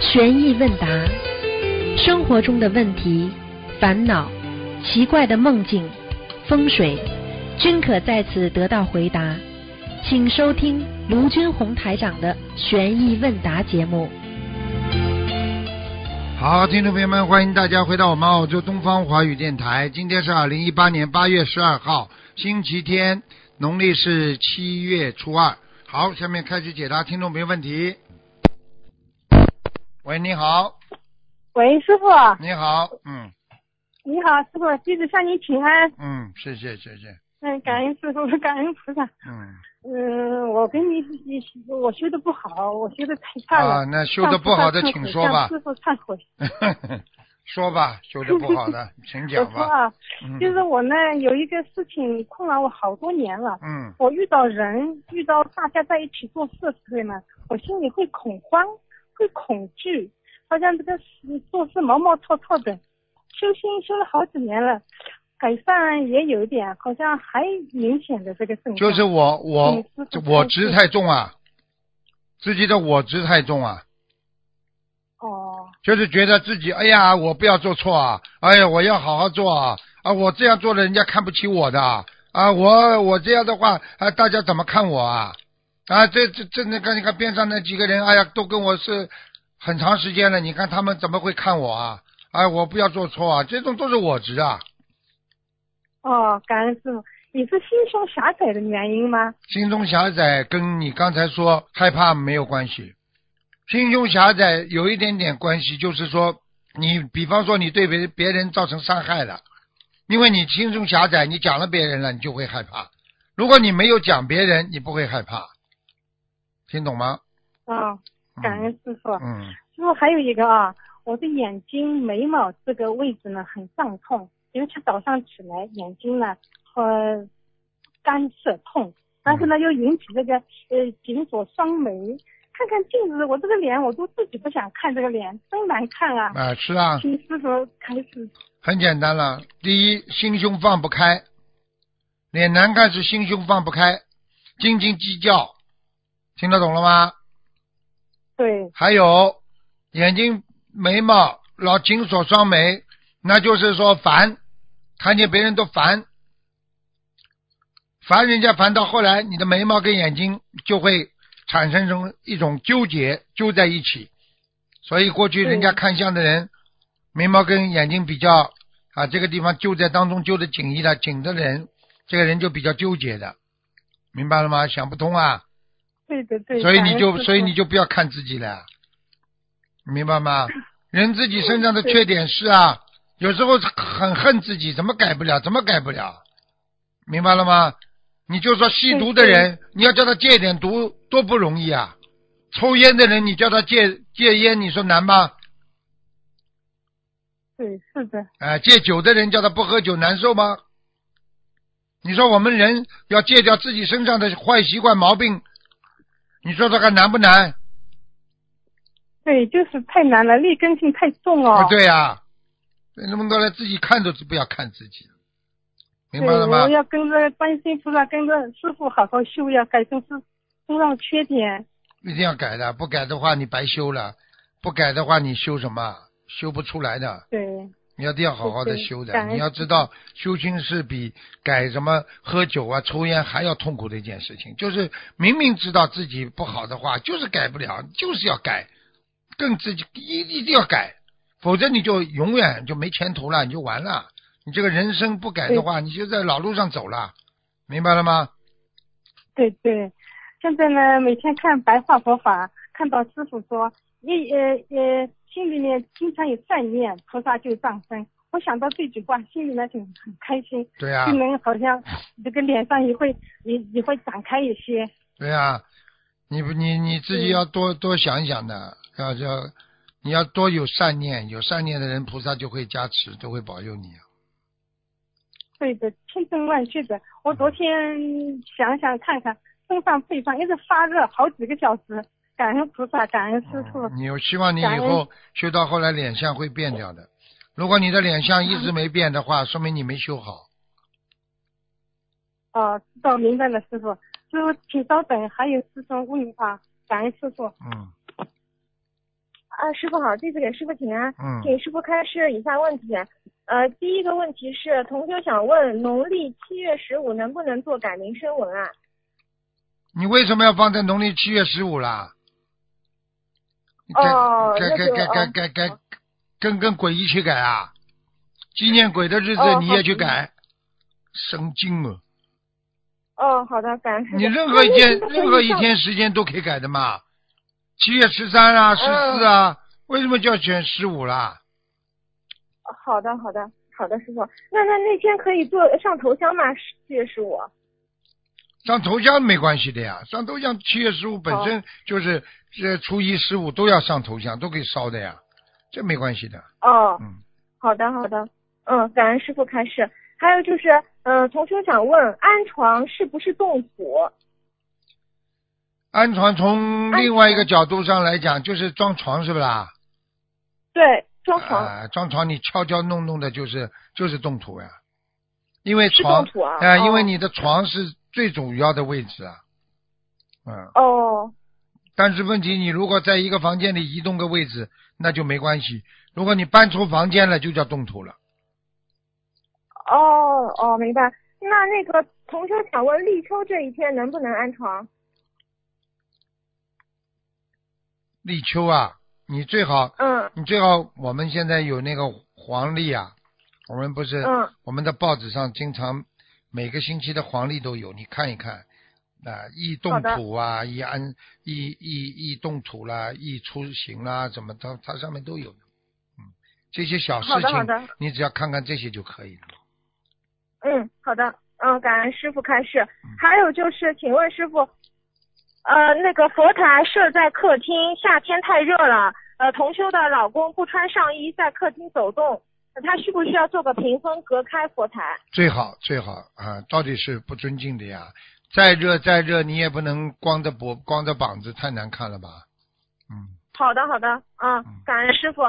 悬疑问答，生活中的问题、烦恼、奇怪的梦境、风水，均可在此得到回答。请收听卢军红台长的悬疑问答节目。好，听众朋友们，欢迎大家回到我们澳洲东方华语电台。今天是二零一八年八月十二号，星期天，农历是七月初二。好，下面开始解答听众朋友问题。喂，你好，喂，师傅，你好，嗯你好，师傅，弟子向您请安。嗯，谢谢谢谢，嗯，感恩师傅， 感恩菩萨。嗯嗯，我跟你一起，我学的不好，我学的太差了。啊，那修的不好的向菩萨请说吧忏悔向，师傅忏悔。 说吧，修的不好 的请我讲说吧，啊，嗯就是我呢有一个事情困扰我好多年了。嗯我遇到人，遇到大家在一起做事的时候呢，我心里会恐慌，会恐惧，好像这个事做事毛毛糙糙的。修心修了好几年了，改善也有一点，好像还明显的这个症状。就是我我嗯师傅我执太重啊，自己的我执太重啊，哦，就是觉得自己，哎呀，我不要做错啊，哎呀，我要好好做啊，啊，我这样做了，人家看不起我的啊，啊我我这样的话，啊，大家怎么看我啊？啊，这这这，你看你看边上那几个人，哎呀，都跟我是很长时间了，你看他们怎么会看我啊？哎，我不要做错啊，这种都是我执啊，哦，感恩师傅，你是心胸狭窄的原因吗？心胸狭窄跟你刚才说害怕没有关系，心胸狭窄有一点点关系，就是说你比方说你对别别人造成伤害了，因为你心胸狭窄，你讲了别人了，你就会害怕。如果你没有讲别人，你不会害怕，听懂吗？哦，感恩师傅。嗯，师傅还有一个啊，我的眼睛、眉毛这个位置呢很胀痛，尤其早上起来眼睛呢呃干涩痛，但嗯是呢又引起这个呃紧锁双眉。看看镜子，我这个脸我都自己不想看这个脸，真难看啊！啊，是啊，请师傅开始很简单了。第一，心胸放不开，脸难看是心胸放不开，斤斤计较，听得懂了吗？对还有眼睛、眉毛老紧锁双眉，那就是说烦，看见别人都烦，烦人家烦到后来，你的眉毛跟眼睛就会产生种一种纠结，纠在一起。所以过去人家嗯看相的人，眉毛跟眼睛比较啊，这个地方揪在当中揪的紧一的紧的人，这个人就比较纠结的，明白了吗？想不通啊。对的对，所以你感恩就师所以父你就不要看自己了，明白 吗？人自己身上的缺点是啊，有时候很恨自己，怎么改不了，怎么改不了，明白了吗？你就说吸毒的人，你要叫他戒点毒，多不容易啊！抽烟的人，你叫他戒戒烟，你说难吗？对是的，哎，戒酒的人叫他不喝酒，难受吗？你说我们人要戒掉自己身上的坏习惯毛病，你说这个难不难？对就是太难了，劣根性太重哦。啊，对呀、那么多人自己看都不要看自己，明白了对，吗我？要跟着观世音菩萨，跟着师傅好好修，要改正身身上缺点。一定要改的，不改的话你白修了，不改的话你修什么？修不出来的，对，你要一定要好好的对对修的感。恩你要知道，修心是比改什么喝酒啊、抽烟还要痛苦的一件事情。就是明明知道自己不好的话，就是改不了，就是要改，更自己一一定要改，否则你就永远就没前途了，你就完了。你这个人生不改的话，你就在老路上走了，明白了吗？对对。现在呢，每天看白话佛法，看到师傅说，一呃呃，心里面经常有善念，菩萨就上身。我想到这句话，心里面就很开心，对啊呀、就能好像这个脸上也会也也会展开一些。对呀、你不你你自己嗯要多多想一想的，要要你要多有善念，有善念的人，菩萨就会加持，都会保佑你啊。对的，千真万确的。我昨天想想看看，身上背上一直发热好几个小时，感恩菩萨，感恩师傅。嗯你有希望你以后修到后来脸相会变掉的。如果你的脸相一直没变的话，说明你没修好。哦，知道明白了，师傅。师傅，请稍等，还有师兄问啊，感恩师傅。嗯，啊，师傅好，弟子给师傅请安，嗯请师傅开示以下问题。呃，第一个问题是，同修想问，农历七月十五能不能做改名声文啊？你为什么要放在农历七月十五啦？你改哦改那改就改改哦改改，跟跟鬼一起改啊！纪念鬼的日子哦你好也去的改，神经啊！哦，好的，感恩师傅。你任何一天那那任何一天时间都可以改的嘛。七月十三啊，十嗯四啊，为什么就要选十五啦？好的，好的，好的，师傅。那那那天可以做上头香吗？七月十五。上头香没关系的呀，上头香七月十五本哦身就是这初一十五都要上头香，都可以烧的呀，这没关系的。哦，嗯，好的，好的。嗯，感恩师傅开示。还有就是，嗯、同修想问，安床是不是动土？安床从另外一个角度上来讲，就是装床是不啦？对，装床、啊、装床你敲敲弄弄的，就是就是动土呀，因为是床动土啊。啊、因为哦你的床是最主要的位置啊，嗯。哦但是问题，你如果在一个房间里移动个位置，那就没关系。如果你搬出房间了，就叫动土了。哦哦，明白。那那个同修想问，立秋这一天能不能安床？立秋啊，你最好，嗯你最好，我们现在有那个黄历啊，我们不是，嗯我们的报纸上经常每个星期的黄历都有，你看一看。啊，易动好的土啊，易安易易易动土啦，易出行啦，怎么它它上面都有的，嗯，这些小事好的好情的，你只要看看这些就可以了。嗯，好的。嗯，感恩师傅开示。嗯还有就是，请问师傅，呃，那个佛台设在客厅，夏天太热了，呃，同修的老公不穿上衣在客厅走动，他需不需要做个屏风隔开佛台？最好最好啊，到底是不尊敬的呀！再热再热，你也不能光着脖光着膀子，太难看了吧？嗯，好的，好的，嗯，感恩师傅。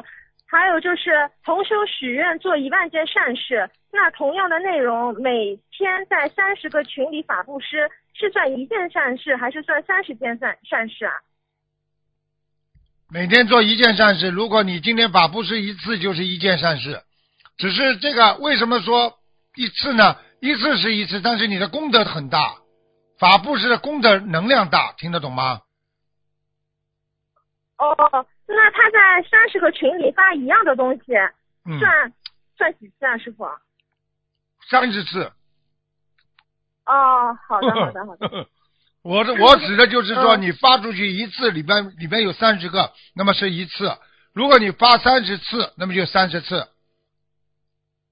还有就是，同修许愿做一万件善事，那同样的内容，每天在三十个群里法布施，是算一件善事，还是算三十件善善事啊？每天做一件善事，如果你今天把布施一次，就是一件善事。只是这个为什么说一次呢？一次是一次，但是你的功德很大，法布施的功德能量大，听得懂吗？哦，那他在三十个群里发一样的东西，嗯，算、算几次啊，师傅？三十次。哦， 好的，好的，好的。我的我指的就是说，嗯你发出去一次，里边里边有三十个，那么是一次；如果你发三十次，那么就三十次。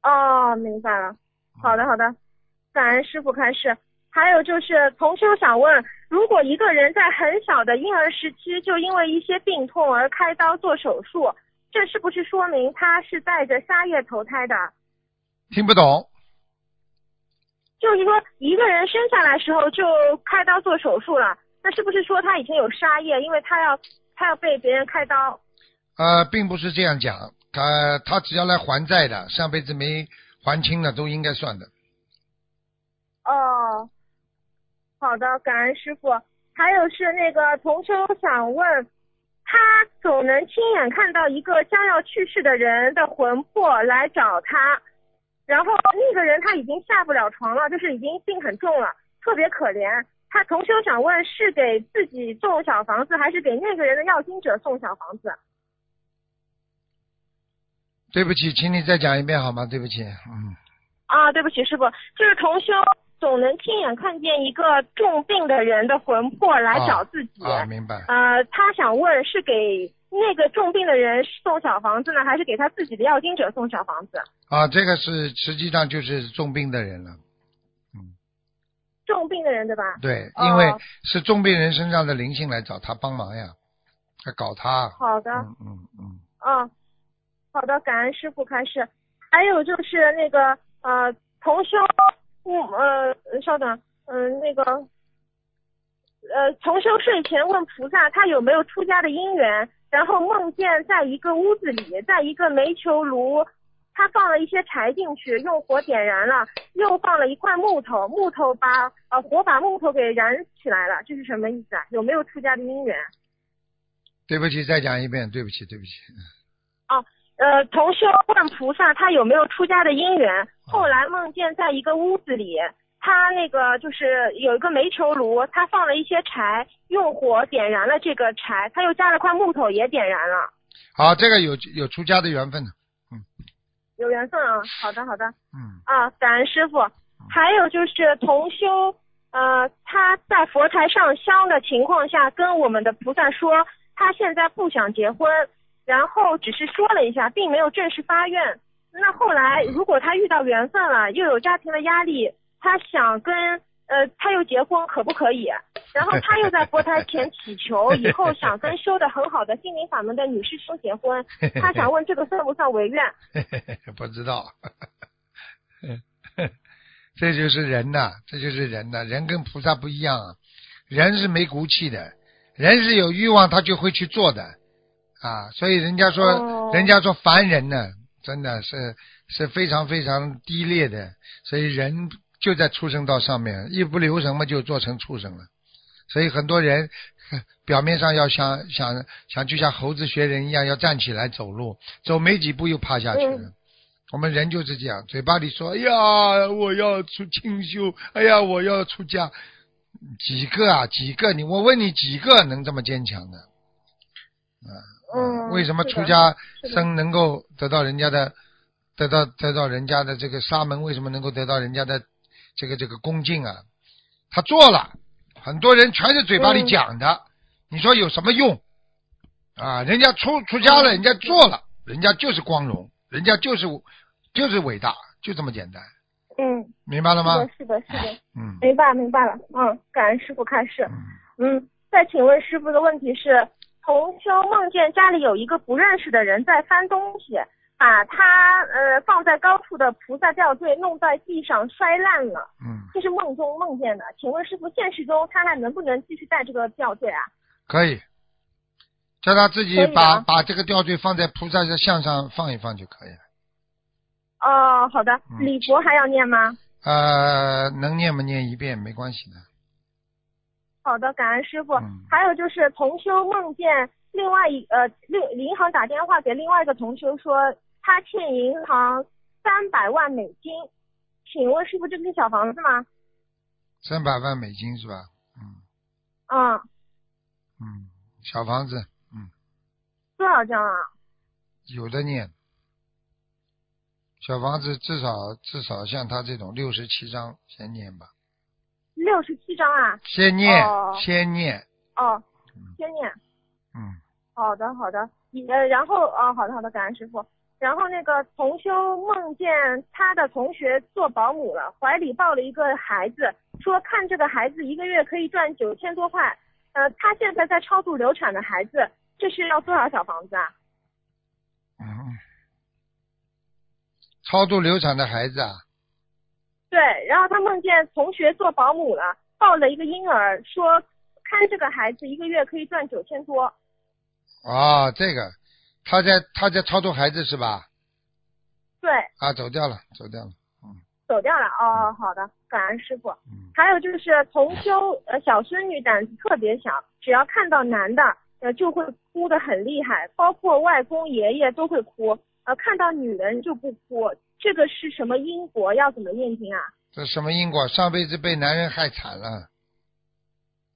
哦，明白了。好的，好的，感恩师傅开示。还有就是，同修想问，如果一个人在很小的婴儿时期就因为一些病痛而开刀做手术，这是不是说明他是带着杀业投胎的？听不懂？就是说，一个人生下来时候就开刀做手术了，那是不是说他以前有杀业，因为他要他要被别人开刀？呃，并不是这样讲。他他只要来还债的，上辈子没还清的，都应该算的。哦，好的，感恩师傅。还有是那个同修想问，他总能亲眼看到一个将要去世的人的魂魄来找他，然后那个人他已经下不了床了，就是已经病很重了，特别可怜。他同修想问，是给自己送小房子，还是给那个人的要经者送小房子？对不起，请你再讲一遍好吗？对不起，嗯，啊，对不起，师傅，就是同修总能亲眼看见一个重病的人的魂魄来找自己。啊，明白。呃，他想问是给那个重病的人送小房子呢，还是给他自己的要经者送小房子？啊，这个是实际上就是重病的人了。重病的人对吧？对，哦因为是重病人身上的灵性来找他帮忙呀，来搞他。好的，嗯嗯嗯，嗯，好的，感恩师傅开始。还有就是那个呃，同修，嗯呃，稍等，嗯、那个，呃，同修睡前问菩萨他有没有出家的因缘，然后梦见在一个屋子里，在一个煤球炉，他放了一些柴进去，用火点燃了，又放了一块木头，木头把呃火把木头给燃起来了，这是什么意思啊？有没有出家的因缘？对不起，再讲一遍，对不起，对嗯不起。呃，同修问菩萨他有没有出家的因缘，后来梦见在一个屋子里，他那个就是有一个煤球炉，他放了一些柴，用火点燃了这个柴，他又加了块木头也点燃了，好，这个有有出家的缘分的，有缘分啊。好的，好的。嗯，啊，感恩师傅。还有就是同修，呃，他在佛台上香的情况下，跟我们的菩萨说，他现在不想结婚，然后只是说了一下，并没有正式发愿。那后来，如果他遇到缘分了，又有家庭的压力，他想跟呃，他又结婚，可不可以？然后他又在佛台前祈求，以后想跟修的很好的心灵法门的女师兄结婚，他想问这个算不算违愿？嗯 不知道，这就是人呐、这就是人呐、人跟菩萨不一样啊，人是没骨气的，人是有欲望他就会去做的啊，所以人家说，哦人家说凡人呢，真的是是非常非常低劣的，所以人就在畜生道上面，一不留神嘛就做成畜生了，所以很多人。 表面上要想想想就像猴子学人一样要站起来走路，走没几步又趴下去了。嗯我们人就是这样，嘴巴里说：“哎呀，我要出清修，哎呀，我要出家。”几个啊，几个？你我问你，几个能这么坚强的？嗯，为什么是出的家是的生能够得到人家的，得到得到人家的这个沙门，为什么能够得到人家的这个这个恭敬啊？他做了，很多人全是嘴巴里嗯讲的，你说有什么用啊？人家出出家了，人嗯家做了，人家就是光荣，人家就是就是伟大，就这么简单，嗯，明白了吗？是的，是的，是的，嗯，明白明白了。嗯，感恩师傅开示。嗯，再请问师傅的问题是：同修梦见家里有一个不认识的人在翻东西，把他呃放在高处的菩萨吊坠弄在地上摔烂了，嗯，这是梦中梦见的。请问师傅，现实中他还能不能继续戴这个吊坠啊？可以，叫他自己可以的把啊把这个吊坠放在菩萨的像上放一放就可以了。哦，好的，嗯礼佛还要念吗？呃，能念不念一遍没关系的。好的，感恩师傅。嗯还有就是同修梦见另外一呃，另银行打电话给另外一个同修说他欠银行三百万美金，请问师傅这是小房子吗？三百万美金是吧？嗯嗯，嗯，小房子多少张啊？有的念，小房子至少至少像他这种六十七张先念吧，六十七张啊？先念、哦先念，哦，先念。嗯，好的，好的。你呃，然后哦，好的，好的，感恩师傅。然后那个同修梦见他的同学做保姆了，怀里抱了一个孩子，说看这个孩子一个月可以赚九千多块。呃，他现在在超度流产的孩子，这是要多少小房子啊？嗯，超度流产的孩子啊，对，然后他梦见同学做保姆了，抱了一个婴儿，说看这个孩子一个月可以赚九千多。啊、这个他在他在超度孩子是吧？对，啊，走掉了，走掉了，走掉了。哦，好的，感恩师傅。嗯，还有就是同修呃小孙女胆子特别小，只要看到男的呃就会哭得很厉害，包括外公爷爷都会哭，呃看到女人就不哭，这个是什么因果？要怎么念经啊？这什么因果？上辈子被男人害惨了。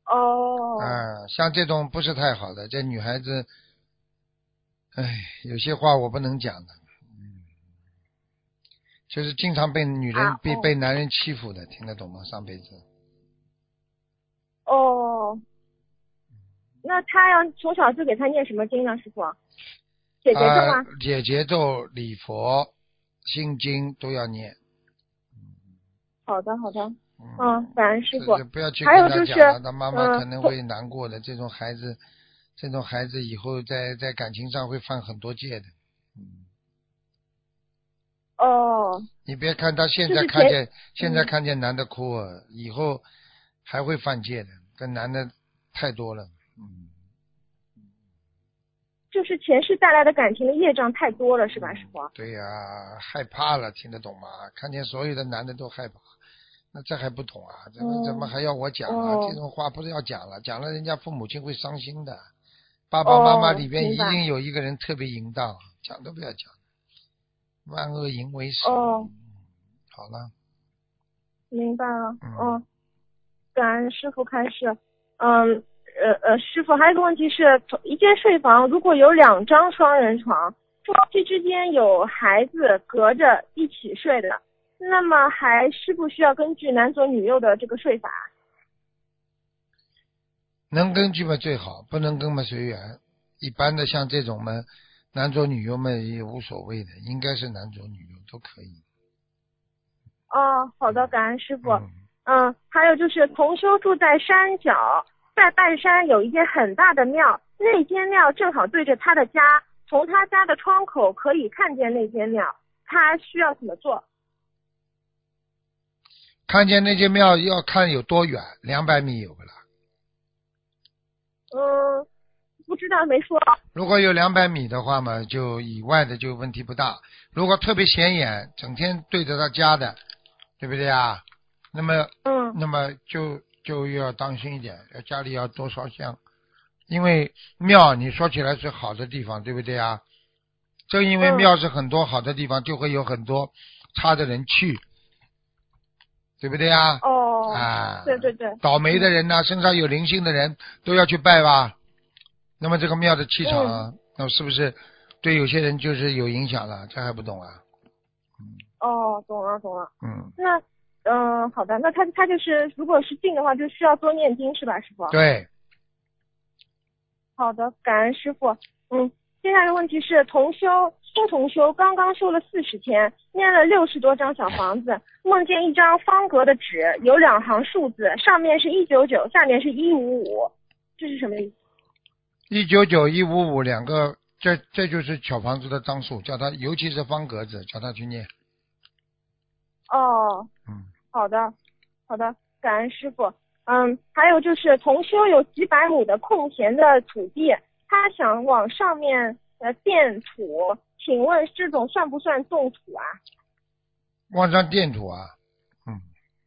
哦，啊，像这种不是太好的，这女孩子，唉，有些话我不能讲的，嗯，就是经常被女人、啊被哦被男人欺负的，听得懂吗？上辈子，哦，那他要从小就给他念什么经呢，师傅？姐姐咒吗？啊解节奏、礼佛、心经都要念，好的，好的，嗯，嗯，感恩师这傅。这不要去还跟有他讲就了，是他妈妈嗯可能不会难过的。这种孩子，这种孩子以后在在感情上会犯很多戒的。哦，你别看他现就在是看前见现在嗯看见男的哭啊，以后还会犯戒的，跟男的太多了。嗯，就是前世带来的感情的业障太多了，是吧，师傅？嗯对呀、害怕了，听得懂吗？看见所有的男的都害怕，那这还不懂啊？怎么、哦怎么还要我讲啊？哦这种话不是要讲了，讲了人家父母亲会伤心的。爸爸妈妈哦里边一明白定有一个人特别淫荡，讲都不要讲，万恶淫为首。哦好了，明白了，嗯嗯，感恩师傅开示，嗯，呃呃，师傅还有个问题是，同一间睡房如果有两张双人床，夫妻之间有孩子隔着一起睡的，那么还需不需要根据男左女右的这个睡法？能根据嘛最好，不能根嘛随缘。一般的像这种嘛，男左女右嘛也无所谓的，应该是男左女右都可以。哦，好的，感恩师傅。嗯，嗯，还有就是同修住在山脚，在半山有一间很大的庙，那间庙正好对着他的家，从他家的窗口可以看见那间庙。他需要怎么做？看见那间庙要看有多远，两百米有不啦？嗯，不知道没说。嗯如果有两百米的话嘛，就以外的就问题不大。如果特别显眼，整天对着他家的，对不对啊？那么嗯那么就就要当心一点，要家里要多烧香，因为庙你说起来是好的地方，对不对啊？正因为嗯庙是很多好的地方，就会有很多差的人去，对不对啊？哦，啊，对对对，倒霉的人呐、身上有灵性的人都要去拜吧。那么这个庙的气场、啊，那是不是对有些人就是有影响了？这还不懂啊？哦，懂了懂了。嗯，那嗯、好的，那他他就是如果是进的话，就需要多念经是吧，师傅？对，好的，感恩师傅。嗯，接下来的问题是同修苏同修刚刚修了四十天，念了六十多张小房子，梦见一张方格的纸，有两行数字，上面是一九九，下面是一五五，这是什么意思？一九九一五五两个，这这就是小房子的张数，叫他，尤其是方格子，叫他去念。哦，嗯，好的，好的，感恩师傅。嗯，还有就是同修有几百亩的空闲的土地，他想往上面呃垫土，请问这种算不算种土啊？往上垫土啊，嗯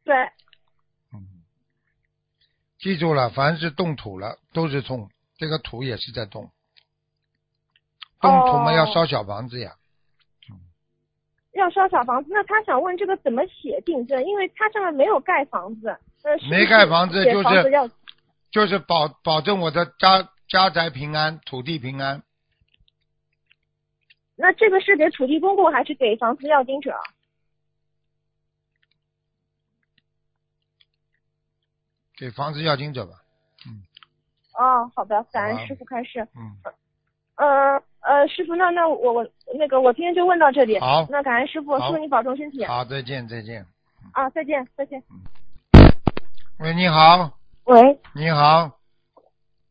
对，嗯，记住了，凡是动土了都是动，这个土也是在动，动土嘛哦要烧小房子呀。要烧小房子，那他想问这个怎么写订正？因为他上面没有盖房子，呃，是不没是盖房子写就是房子要就是保保证我的家家宅平安，土地平安。那这个是给土地公公还是给房子要经者？给房子要经者吧，哦，好的，感好啊恩师傅开示。嗯，呃呃，师傅，那那我我那个我今天就问到这里。好那感恩师傅，好师傅你保重身体好，再见，再见。啊，再见再见。喂，你好，喂，你好，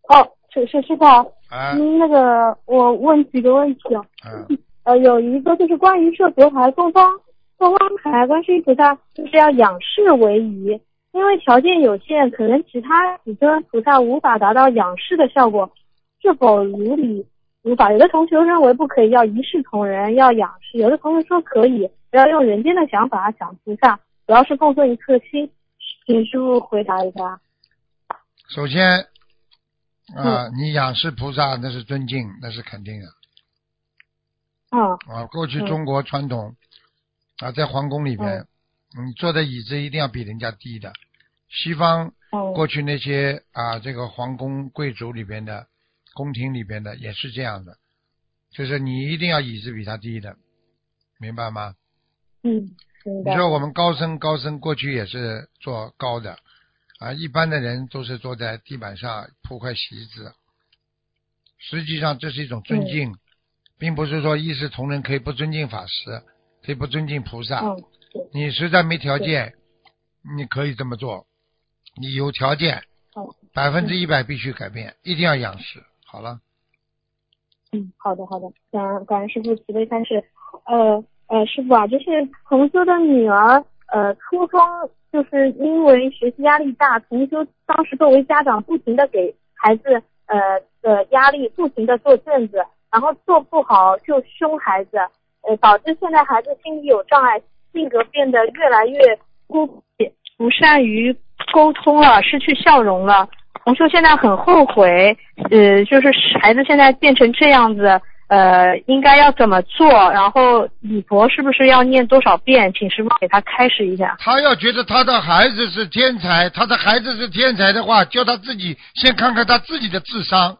哦，是是师傅啊，啊，嗯，那个我问几个问题啊，嗯，呃，有一个就是关于设佛台供方供方台观世音菩萨，就是要仰视为宜，因为条件有限，可能其他几尊菩萨无法达到仰视的效果，是否如理如法？有的同学认为不可以，要一视同仁，要仰视；有的同学说可以，不要用人间的想法想菩萨，主要是共存一颗心。请师傅回答一下。首先，啊，你仰视菩萨那是尊敬，那是肯定的。嗯啊，过去中国传统啊，在皇宫里边，你坐的椅子一定要比人家低的。西方嗯过去那些啊，这个皇宫贵族里边的、宫廷里边的也是这样的，就是你一定要椅子比他低的，明白吗？嗯，明你白。说我们高僧，高僧过去也是坐高的，啊，一般的人都是坐在地板上铺块席子。实际上这是一种尊敬，并不是说一视同仁可以不尊敬法师，可以不尊敬菩萨。嗯你实在没条件，你可以这么做。你有条件哦，百分之一百必须改变，一定要仰视。好了，嗯，好的好的，感恩感恩师傅慈悲开示。呃呃，师傅啊，就是同修的女儿，呃，初中就是因为学习压力大，同修当时作为家长不停的给孩子呃的压力，不停的做卷子，然后做不好就凶孩子，呃，导致现在孩子心理有障碍，性格变得越来越孤僻，不善于沟通了，失去笑容了。同修现在很后悔，呃，就是孩子现在变成这样子，呃，应该要怎么做？然后礼佛是不是要念多少遍？请师傅给他开示一下。他要觉得他的孩子是天才，他的孩子是天才的话，叫他自己先看看他自己的智商，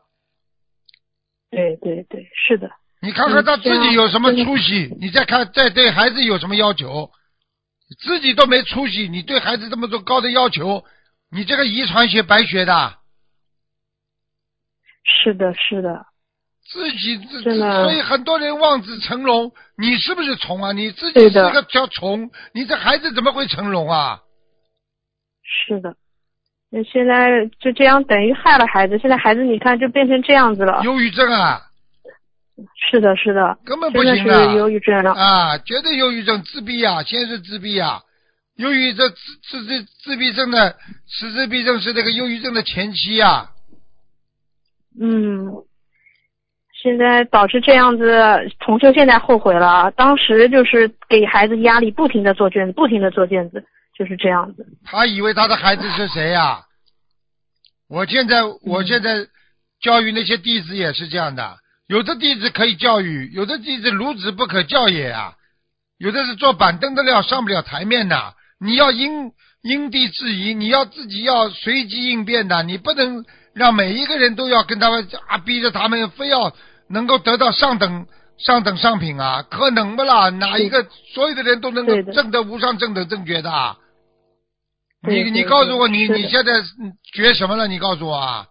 对对对，是的，嗯你看看他自己有什么出息，你再看再对孩子有什么要求，自己都没出息，你对孩子这么多高的要求，你这个遗传学白学的，是的，是的，自己自真的所以很多人望子成龙，你是不是虫啊？你自己对是的个叫虫，你这孩子怎么会成龙啊？是的。那现在就这样，等于害了孩子。现在孩子你看就变成这样子了。忧郁症啊，是的，是的，根本不真行的是的。忧郁症了。啊，绝对忧郁症、自闭啊，先是自闭啊。由于这自自自自闭症的，是自闭症是这个忧郁症的前期啊。嗯，现在导致这样子，同修现在后悔了。啊当时就是给孩子压力，不停的做卷子，不停的做卷子，就是这样子。他以为他的孩子是谁呀、我现在嗯我现在教育那些弟子也是这样的，有的弟子可以教育，有的弟子孺子不可教也啊，有的是坐板凳的料上不了台面呐。你要因因地制宜，你要自己要随机应变的，你不能让每一个人都要跟他们啊，逼着他们非要能够得到上等上等上品啊，可能不啦？哪一个所有的人都能够对的挣得无上正等正觉的啊？对你对你对告诉我，你是的你现在嗯学什么了？你告诉我啊，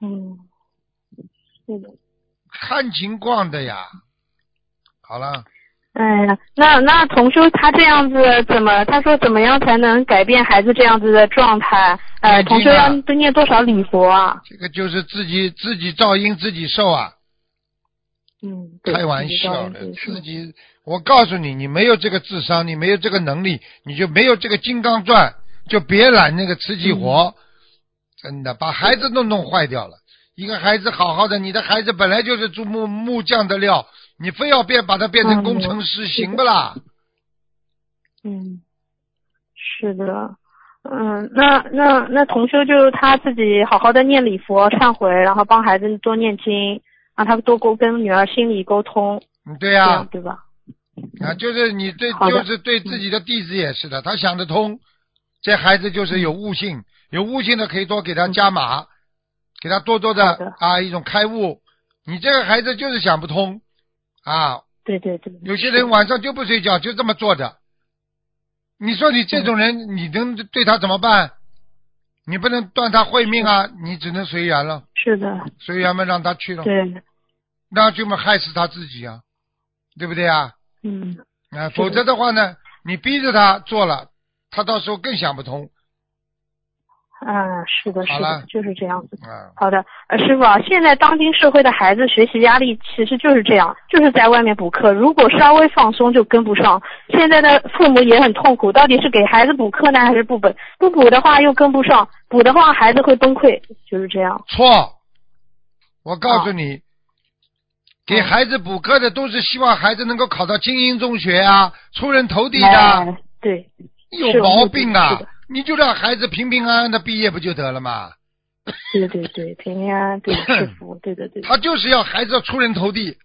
嗯，是的。看情况的呀。好了，哎呀，那那同修他这样子怎么？他说怎么样才能改变孩子这样子的状态？呃，念经啊同修要多念多少礼佛啊？这个就是自己自己噪音自己受啊，嗯，对开玩笑的自，己自己。我告诉你，你没有这个智商，你没有这个能力，你就没有这个金刚钻，就别揽那个瓷器活。嗯真的，把孩子都弄坏掉了。一个孩子好好的，你的孩子本来就是做木木匠的料，你非要变把它变成嗯工程师，是的行不啦？嗯，是的，嗯，那那那同修就他自己好好的念礼佛、忏悔，然后帮孩子多念经，让他多沟跟女儿心理沟通，嗯对呀、这样对啊吧？啊，就是你对，好就的嗯是对自己的弟子也是的，他想得通，这孩子就是有悟性，有悟性的可以多给他加码，给他多多嗯好的的啊一种开悟。你这个孩子就是想不通啊，对对对，有些人晚上就不睡觉，就这么坐着。你说你这嗯种人，你能对他怎么办？你不能断他慧命啊，你只能随缘了，是的，随缘嘛，让他去了，嗯对，让他去嘛，害死他自己啊，对不对啊？嗯，啊，否则的话呢，你逼着他做了，他到时候更想不通啊，是的，好是了的，就是这样子。啊。好的，呃，师傅啊，现在当今社会的孩子学习压力其实就是这样，就是在外面补课，如果稍微放松就跟不上。现在的父母也很痛苦，到底是给孩子补课呢，还是不补？不补的话又跟不上，补的话孩子会崩溃，就是这样。错，我告诉啊你，给孩子补课的都是希望孩子能够考到精英中学啊，出人头地的，哎对，有毛病是啊的！你就让孩子平平安安的毕业不就得了嘛？对对对，平平安安，对，是福，对的对的。他就是要孩子出人头地。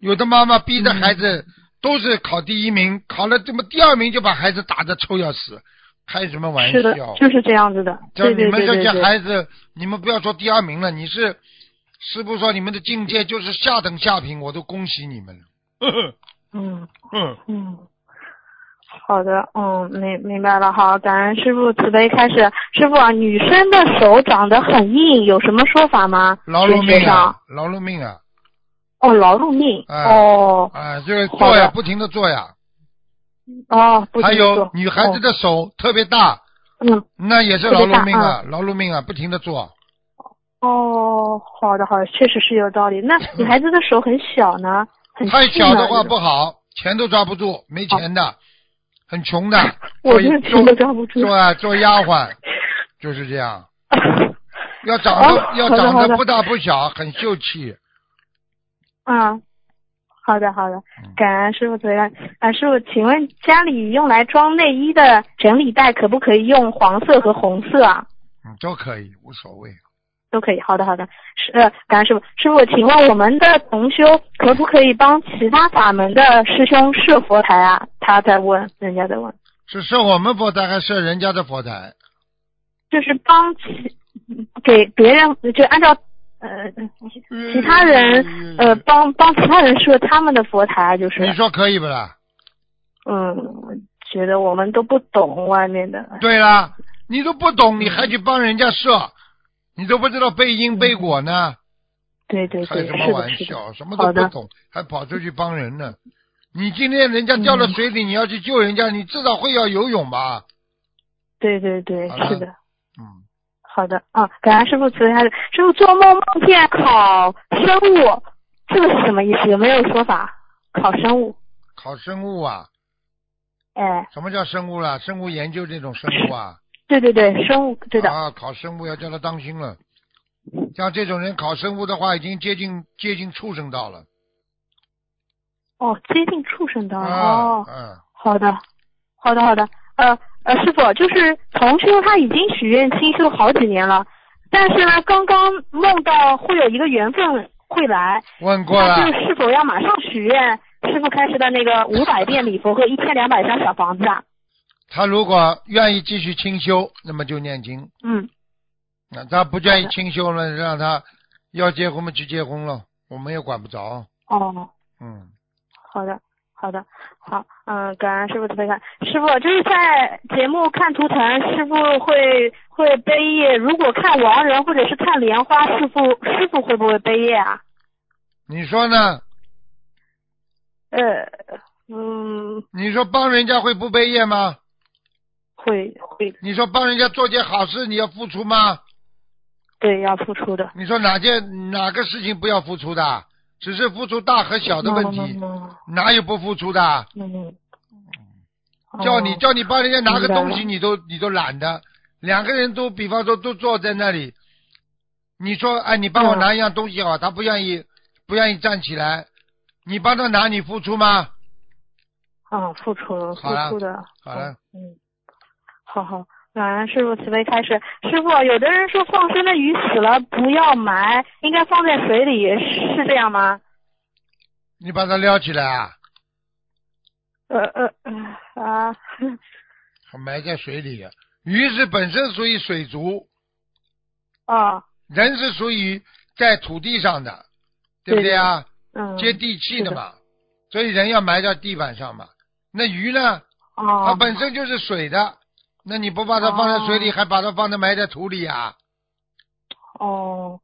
有的妈妈逼着孩子嗯都是考第一名，考了怎么第二名就把孩子打得臭要死，开什么玩是笑的？，就是这样子的。就对你对们对这对些对，孩子，你们不要说第二名了，你是师傅说你们的境界就是下等下品，我都恭喜你 们了。呵呵嗯。嗯，嗯，好的，嗯，明明白了，好，感恩师傅慈悲开始。师傅啊，女生的手长得很硬，有什么说法吗？劳碌学命学上啊，劳碌命啊，哦，劳碌命，哎哦啊，就是好做呀，的不停的做呀。哦，不还清有楚女孩子，的手特别大，哦那也是特劳别碌大命啊，劳碌命啊，不停的做。嗯，哦，好的，好的，确实是有道理。 那女孩子的手很小呢，很嗯太细小呢的话这不种，好，钱都抓不住，没钱的，很穷的 我这个做钱都抓不住 做啊做丫鬟，就是这样。要长得、哦要好的长好得的不大不小，很秀气。啊，好的好的，嗯感恩师傅慈悲开示。啊，师傅，请问家里用来装内衣的整理袋可不可以用黄色和红色啊？嗯，嗯，都可以，无所谓。都可以。好的，好的，是呃，感恩师傅。师傅，请问我们的同修可不可以帮其他法门的师兄设佛台啊？他在问，人家在问，是设我们佛台还是设人家的佛台？就是帮其给别人，就按照呃其他人呃帮帮其他人设他们的佛台啊，就是嗯你说可以不啦？嗯，觉得我们都不懂外面的，对啦，你都不懂，你还去帮人家设，你都不知道背因背果呢，对对开对，什是么的，玩是的，笑？什么好都的不懂，还跑出去帮人呢？你今天人家掉到水里，你要去救人家，你至少会要游泳吧？对对对，好了是的。嗯，好的，啊，感恩师傅慈悲开示。师傅做梦梦见考生物，这个是什么意思？有没有说法？考生物，考生物啊？哎，什么叫生物啦？生物研究这种生物啊？对对对，生物，对的，啊，考生物要叫他当心了。像这种人考生物的话，已经接近接近畜生道了。哦，接近畜生的，啊哦，，嗯，好的，好的，好的，呃呃，师傅，就是同修他已经许愿清修好几年了，但是呢，刚刚梦到会有一个缘分会来，问过那就了，是是否要马上许愿？师傅开始的那个五百遍礼佛和一千两百张小房子啊，他如果愿意继续清修，那么就念经；嗯。那他不愿意清修了，让他要结婚嘛去结婚了，我们也管不着。哦，嗯，好的，好的，好，嗯，感恩师傅慈悲看。师傅就是在节目看图腾，师傅会会背业。如果看亡人或者是看莲花，师傅师傅会不会背业啊？你说呢？呃，嗯，你说帮人家会不背业吗？会会，你说帮人家做件好事，你要付出吗？对，要付出的。你说哪件哪个事情不要付出的？只是付出大和小的问题，嗯哪有不付出的？嗯。嗯叫你哦叫你帮人家拿个明白东西，了你都你都懒得。两个人都，比方说都坐在那里，你说哎，你帮我嗯拿一样东西好，他不愿意，不愿意站起来，你帮他拿，你付出吗？嗯，付出了，付好了出的。好了，嗯，好好，感恩师傅慈悲开始。师傅，有的人说放生的鱼死了不要埋，应该放在水里，是这样吗？你把他撩起来啊，呃呃呃啊，还埋在水里。啊鱼是本身属于水族， 哦，人是属于在土地上的，对不对对啊？嗯，接地气的嘛，所以人要埋在地板上嘛。那鱼呢，它哦，本身就是水的，那你不把它放在水里，哦还把它放在埋在土里啊？哦，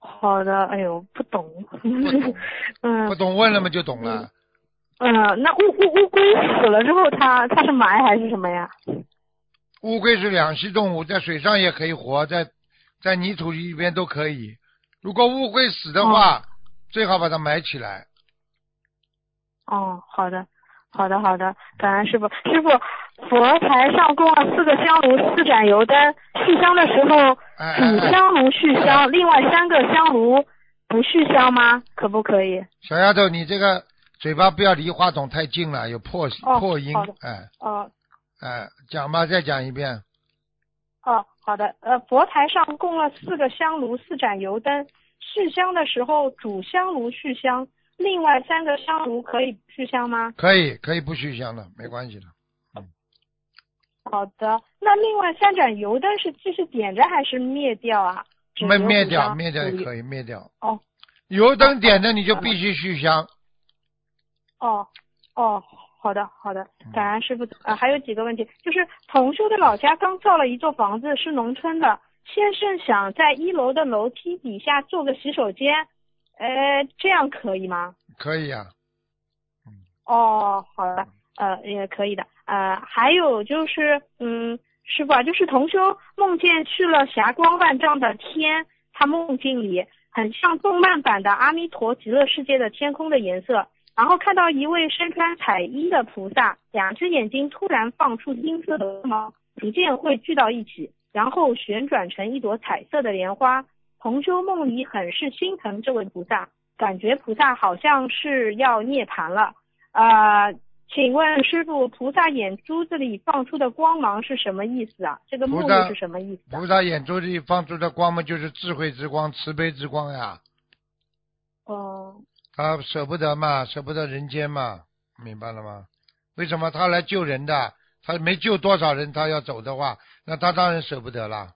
好的，哎呦，不懂，不懂，不 嗯懂问了嘛就懂了。嗯，那乌乌乌龟死了之后，它它是埋还是什么呀？乌龟是两栖动物，在水上也可以活，在在泥土里边都可以。如果乌龟死的话，最好把它埋起来。哦，好的，好的，好的，感恩师傅。师傅，佛台上供了四个香炉、四盏油灯，续香的时候哎哎主哎，香炉续香，另外三个香炉不续香吗？可不可以？小丫头，你这个嘴巴不要离话筒太近了，有破哦破音好的。哎哦哎，讲吧，再讲一遍。哦，好的。呃，佛台上供了四个香炉、四盏油灯，续香的时候主香炉续香，另外三个香炉可以不续香吗？可以，可以不续香的，没关系的。好的。那另外三盏油灯是继续点着还是灭掉啊？只灭留灭五掉，张灭掉可以也可以灭掉。哦，油灯点的你就必须续香。哦，哦，好的，好的，感恩师傅。呃，还有几个问题，就是同修的老家刚造了一座房子，是农村的。先生想在一楼的楼梯底下做个洗手间，呃，这样可以吗？可以啊，哦，好的，呃，也可以的。呃，还有就是，嗯，师傅啊，就是同修梦见去了霞光万丈的天，他梦境里很像动漫版的《阿弥陀极乐世界》的天空的颜色，然后看到一位身穿彩衣的菩萨，两只眼睛突然放出金色的光芒，逐渐汇聚到一起，然后旋转成一朵彩色的莲花。同修梦里很是心疼这位菩萨，感觉菩萨好像是要涅槃了。呃，请问师傅，菩萨眼珠子里放出的光芒是什么意思啊？这个目菩录萨是什么意思啊菩？萨眼珠里放出的光嘛，就是智慧之光、慈悲之光呀。哦，他舍不得嘛，舍不得人间嘛，明白了吗？为什么他来救人的？他没救多少人，他要走的话，那他当然舍不得啦。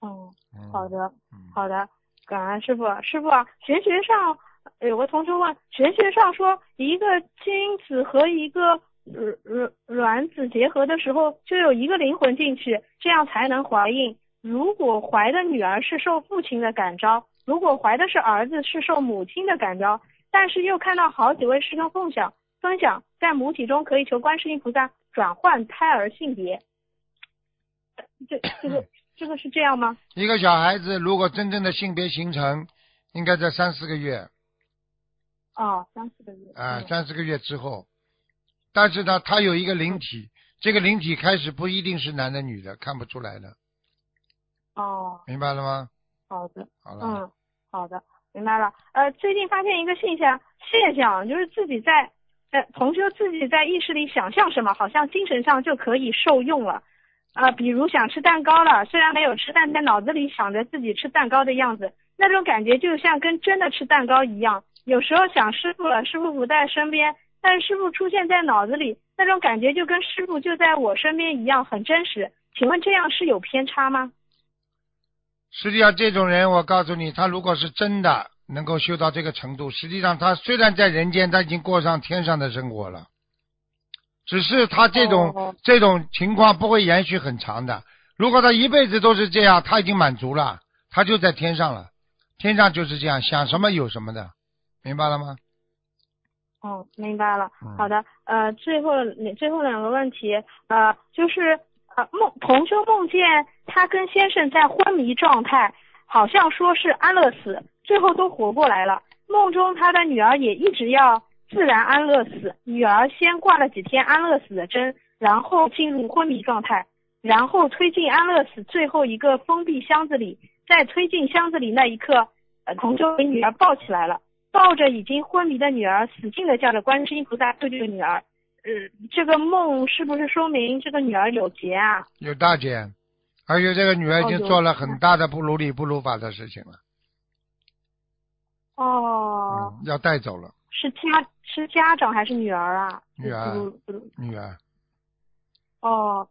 哦，嗯，好的，嗯，好的，感恩师傅。师傅啊，玄学上呃有个同学问，玄学上说一个精子和一个卵卵卵子结合的时候，就有一个灵魂进去，这样才能怀孕。如果怀的女儿是受父亲的感召，如果怀的是儿子是受母亲的感召，但是又看到好几位师兄分享分享，在母体中可以求观世音菩萨转换胎儿性别，这这个这个是这样吗？一个小孩子如果真正的性别形成，应该在三四个月哦，三四个月啊、嗯三四个月之后。但是呢，他有一个灵体，这个灵体开始不一定是男的女的，看不出来的，哦，明白了吗？好的，好了，嗯，好的，明白了。呃，最近发现一个现象，现象就是自己在，呃，同学自己在意识里想象什么，好像精神上就可以受用了。啊、比如想吃蛋糕了，虽然没有吃，但在脑子里想着自己吃蛋糕的样子，那种感觉就像跟真的吃蛋糕一样。有时候想师傅了，师傅不在身边，但是师傅出现在脑子里，那种感觉就跟师傅就在我身边一样，很真实。请问这样是有偏差吗？实际上，这种人，我告诉你，他如果是真的能够修到这个程度，实际上他虽然在人间，他已经过上天上的生活了。只是他这种、哦这种情况不会延续很长的。如果他一辈子都是这样，他已经满足了，他就在天上了。天上就是这样，想什么有什么的，明白了吗？哦，明白了嗯。好的，呃，最后最后两个问题，呃，就是呃梦同修梦见他跟先生在昏迷状态，好像说是安乐死，最后都活过来了。梦中他的女儿也一直要自然安乐死，女儿先挂了几天安乐死的针，然后进入昏迷状态，然后推进安乐死最后一个封闭箱子里，在推进箱子里那一刻，呃，同修给女儿抱起来了。抱着已经昏迷的女儿，死劲的叫着观世音菩萨救救女儿。呃，这个梦是不是说明这个女儿有劫啊？有大姐，而且这个女儿已哦经有做了很大的不如理不如法的事情了，哦，嗯，要带走了是家是家长还是女儿啊？女儿不不不女儿。哦，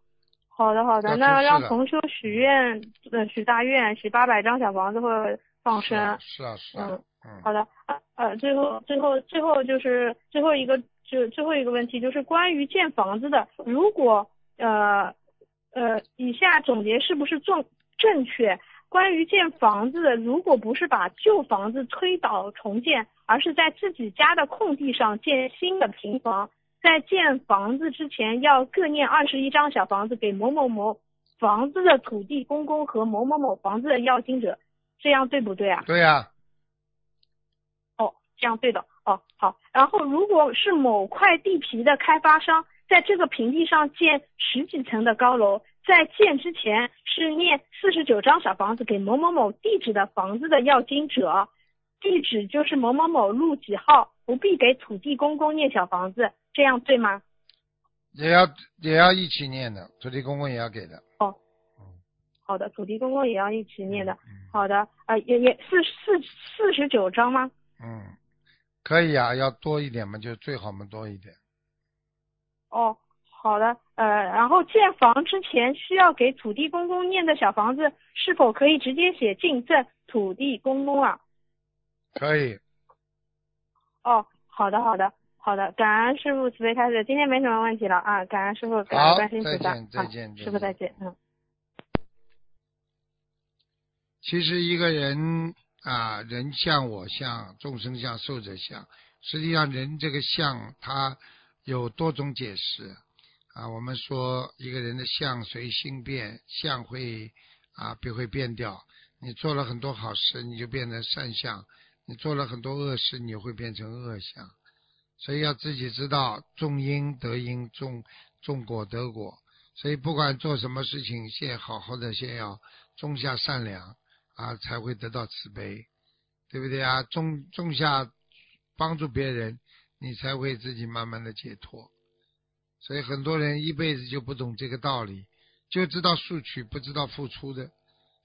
好的好要的，出那事让了同修许愿，呃，许大愿，许八百张小房子或者放是生。啊，是啊，是啊，嗯好的，呃呃，最后最后最后就是最后一个就最后一个问题就是关于建房子的，如果呃呃以下总结是不是正正确？关于建房子，如果不是把旧房子推倒重建，而是在自己家的空地上建新的平房，在建房子之前要各念二十一张小房子给某某某房子的土地公公和某某某房子的要经者，这样对不对啊？对呀、哦，这样对的。哦，好。然后如果是某块地皮的开发商在这个平地上建十几层的高楼，在建之前是念四十九张小房子给某某某地址的房子的要经者，地址就是某某某路几号，不必给土地公公念小房子，这样对吗？也要也要一起念的，土地公公也要给的。好的，土地公公也要一起念的。嗯好的，呃，也也四四四十九张吗？嗯，可以啊，要多一点嘛，就最好嘛，多一点。哦，好的，呃，然后建房之前需要给土地公公念的小房子，是否可以直接写进赠土地公公啊？可以，哦，好的，好的，好的，感恩师傅慈悲开示，今天没什么问题了啊，感恩师傅，感好恩观世音菩萨，再见再啊见师傅再再见见，嗯。其实一个人啊，人像我相，众生相，寿者相。实际上，人这个相，它有多种解释啊。我们说，一个人的相随心变，相会啊，便会变掉。你做了很多好事，你就变成善相；你做了很多恶事，你会变成恶相。所以要自己知道，种因得因，种种果得果。所以不管做什么事情，先好好的，先要种下善良。啊，才会得到慈悲，对不对啊？种种下帮助别人，你才会自己慢慢的解脱。所以很多人一辈子就不懂这个道理，就知道索取，不知道付出的，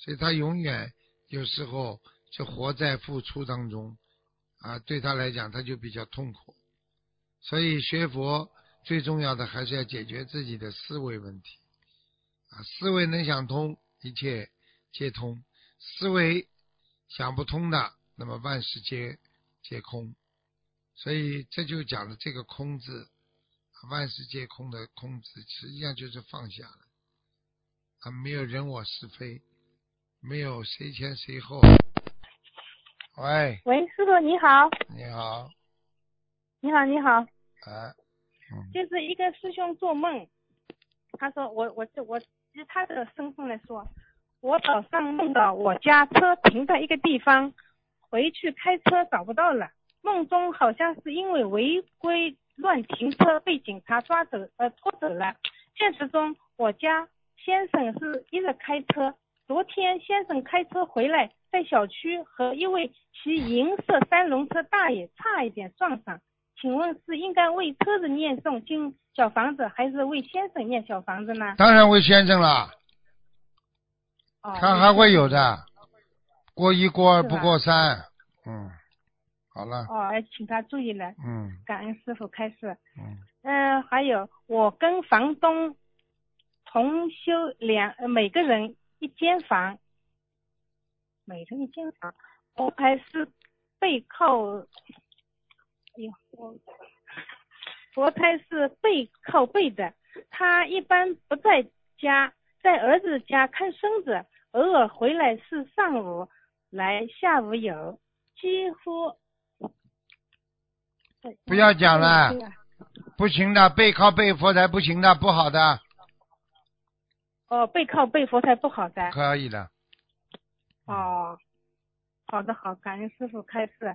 所以他永远有时候就活在付出当中啊，对他来讲他就比较痛苦。所以学佛最重要的还是要解决自己的思维问题啊，思维能想通，一切皆通；思维想不通的，那么万事皆皆空。所以这就讲了这个“空”字。啊万事皆空的空字，实际上就是放下了啊，没有人我是非，没有谁前谁后。喂，喂，师傅你好，你好，你好，你好，啊，嗯，就是一个师兄做梦，他说我我这我以他的身份来说，我早上梦到我家车停在一个地方，回去开车找不到了，梦中好像是因为违规乱停车被警察抓走呃拖走了，现实中我家先生是一直开车，昨天先生开车回来，在小区和一位骑银色三轮车大爷差一点撞上。请问是应该为车子念诵经小房子，还是为先生念小房子呢？当然为先生了，哦，他还会有的，过一过二是不吧过三，嗯，好了，哦，哎请他注意了，嗯感恩师傅开示。嗯，嗯、还有我跟房东同修两，呃每个人一间房，每人一间房，我还是背靠，哎呦，我佛胎是背靠背的，他一般不在家，在儿子家看孙子，偶尔回来是上午来，下午有，几乎。不要讲了对啊不行的，背靠背佛台不行的，不好的，哦，背靠背佛台不好的。可以的，哦，好的好，感恩师傅开示。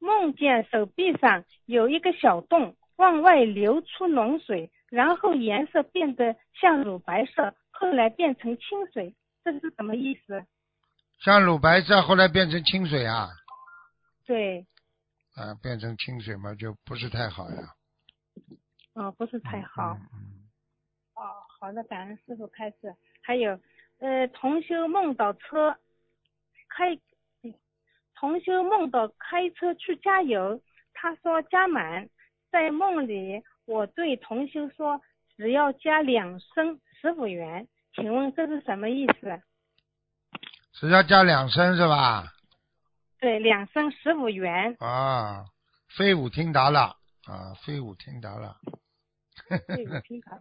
梦见手臂上有一个小洞，往外流出脓水，然后颜色变得像乳白色，后来变成清水，这是什么意思？像乳白色后来变成清水啊，对，啊，变成清水嘛，就不是太好呀。哦，不是太好。嗯嗯哦，好的，感恩师傅开始。还有，呃，同修梦到车开，哎同修梦到开车去加油，他说加满。在梦里，我对同修说，只要加两升十五元，请问这是什么意思？只要加两升是吧？，对，两升十五元 啊，飞舞听达了啊，飞舞听达了。 对，我听到了。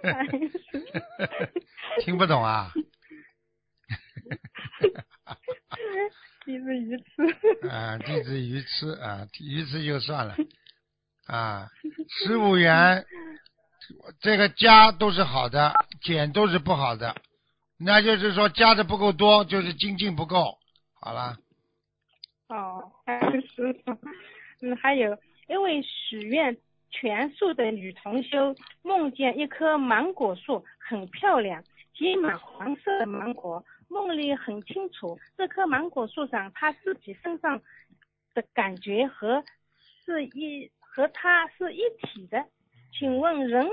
感恩师父听不懂啊？ 一日一次，啊，弟子鱼吃啊，鱼吃就算了啊，十五元，这个加都是好的，减都是不好的，那就是说加的不够多，就是精进不够。好了，哦，还有师傅， 嗯，还有因为许愿全素的女同修梦见一棵芒果树很漂亮，结满黄色的芒果，梦里很清楚，这棵芒果树上她自己身上的感觉和是一和它是一体的。请问人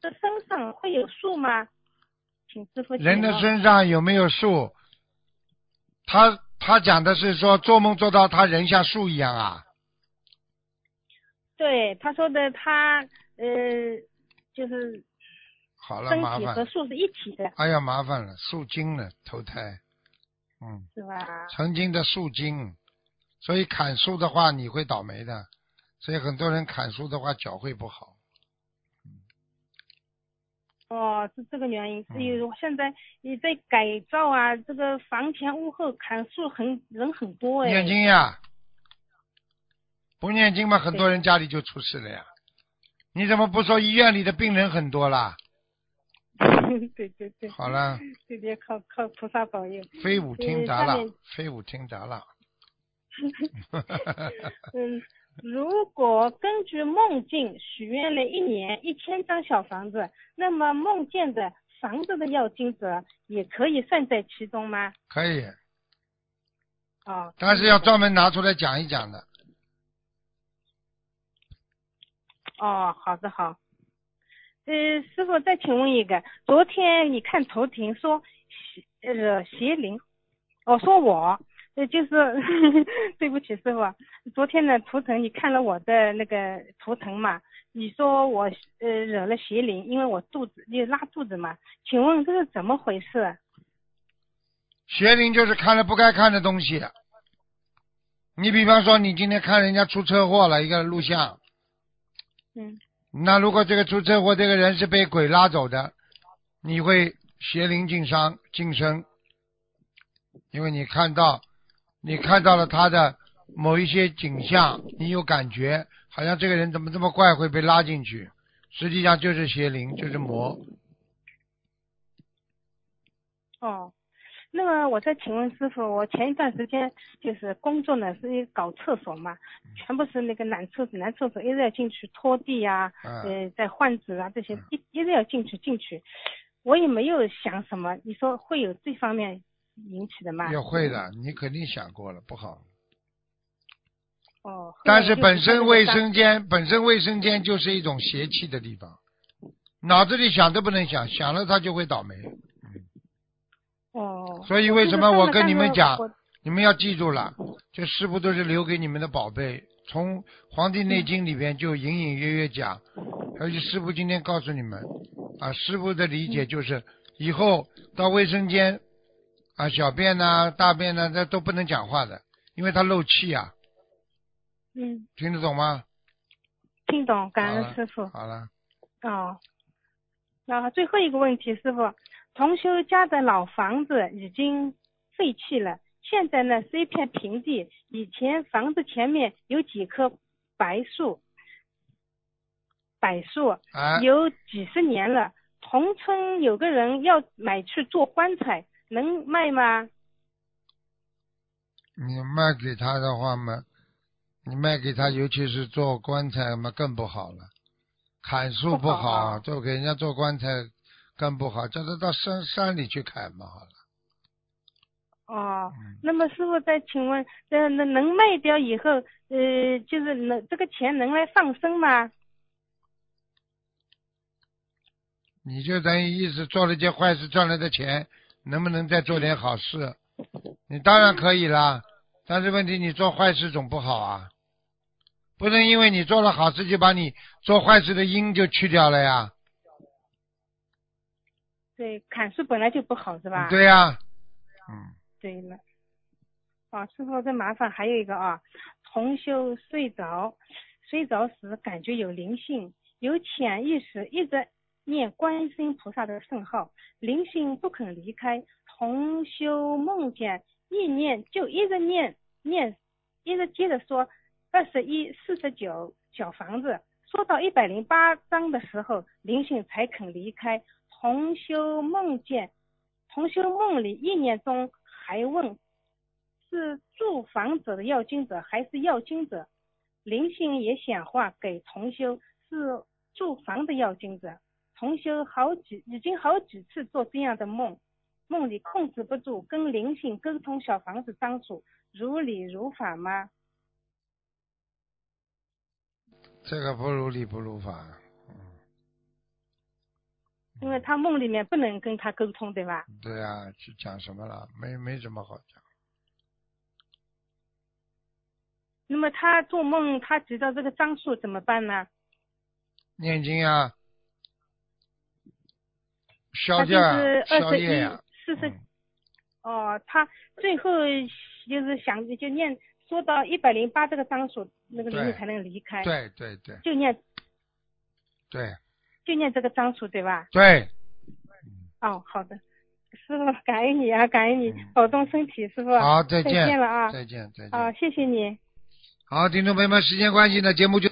的身上会有树吗？请师傅解人的梦身上有没有树？他他讲的是说做梦做到他人像树一样啊？对他说的他呃就是。好了，身麻体和烦，树是一体的，哎呀，麻烦了，受惊了，投胎，嗯。是吧？曾经的树精，所以砍树的话你会倒霉的，所以很多人砍树的话脚会不好。哦，是这个原因。嗯所以我现在你在改造啊，这个房前屋后砍树很人很多哎。念经呀，不念经嘛，很多人家里就出事了呀。你怎么不说医院里的病人很多啦？哎 对对对，好了，这边靠靠菩萨保佑。飞舞听砸嗯下了面，飞舞听砸了。嗯，如果根据梦境许愿了一年一千张小房子，那么梦见的房子的要经者也可以算在其中吗？可以，哦，但是要专门拿出来讲一讲的。哦，好的好。呃，师傅再请问一个，昨天你看头顶说邪呃邪灵，哦说我，呃就是 对不起师傅啊，昨天呢图腾你看了我的那个图腾嘛，你说我呃惹了邪灵，因为我肚子就拉肚子嘛，请问这是怎么回事？啊邪灵就是看了不该看的东西。你比方说，你今天看人家出车祸了一个录像，嗯，那如果这个出车祸这个人是被鬼拉走的，你会邪灵进伤进身，因为你看到你看到了他的某一些景象，你有感觉，好像这个人怎么这么怪，会被拉进去，实际上就是邪灵，就是魔。哦，那么我再请问师傅，我前一段时间就是工作呢，是搞厕所嘛，嗯全部是那个男厕所，男厕所一直要进去拖地呀、嗯呃，在换纸啊这些，一一直要进去进去，我也没有想什么，你说会有这方面引起的吗？也会的，你肯定想过了，不好。哦，但是本后身面卫就是生间，本身卫生间就是一种邪气的地方，脑子里想都不能想，想了他就会倒霉。哦，所以为什么我我跟你们讲，就是上了你们要记住了，这师傅都是留给你们的宝贝。从《黄帝内经》里边就隐隐约约讲，而且师傅今天告诉你们，啊，师傅的理解就是，以后到卫生间，啊，小便呐、大便呐、那都不能讲话的，因为它漏气啊，当嗯，听得懂吗？听懂，感好恩了师傅。好了，哦，那最后一个问题，师傅，同修家的老房子已经废弃了，现在呢是一片平地，以前房子前面有几棵白树，柏树啊，有几十年了。同村有个人要买去做棺材，能卖吗？你卖给他的话嘛，你卖给他，尤其是做棺材嘛，更不好了。砍树不不好好，啊做给人家做棺材更不好，叫他到山山里去砍嘛，好了。哦，嗯，那么师傅再请问，呃，能能卖掉以后，呃，就是能这个钱能来放生吗？你就等于意思做了件坏事赚来的钱，能不能再做点好事？你当然可以啦，但是问题你做坏事总不好啊，不能因为你做了好事就把你做坏事的因就去掉了呀。对，砍树本来就不好是吧？对呀、嗯。对了，啊，师傅，这麻烦还有一个啊，同修睡着，睡着时感觉有灵性，有潜意识一直念观世音菩萨的圣号，灵性不肯离开。同修梦见意念就一直念念，一直接着说二十一、四十九小房子，说到一百零八章的时候，灵性才肯离开。同修梦见同修梦里意念中还问，是住房者的要经者还是要经者？灵性也显化给同修是住房的要经者。同修好几已经好几次做这样的梦，梦里控制不住，跟灵性沟通小房子相处，如理如法吗？这个不如理不如法，因为他梦里面不能跟他沟通，对吧？对啊，去讲什么了？没没什么好讲。那么他做梦，他知道这个张数怎么办呢？念经啊，消他就掉啊是二消十一业呀、四十嗯哦，他最后就是想就念说到一百零八这个章数，那个灵对性才能离开，对对对就念对就念这个章数对吧？对，哦，好的，师傅感恩你啊，感恩你，保重身体，师傅。嗯好，再再见了啊，再见再见。啊，谢谢你。好，听众朋友们，时间关系呢，节目就。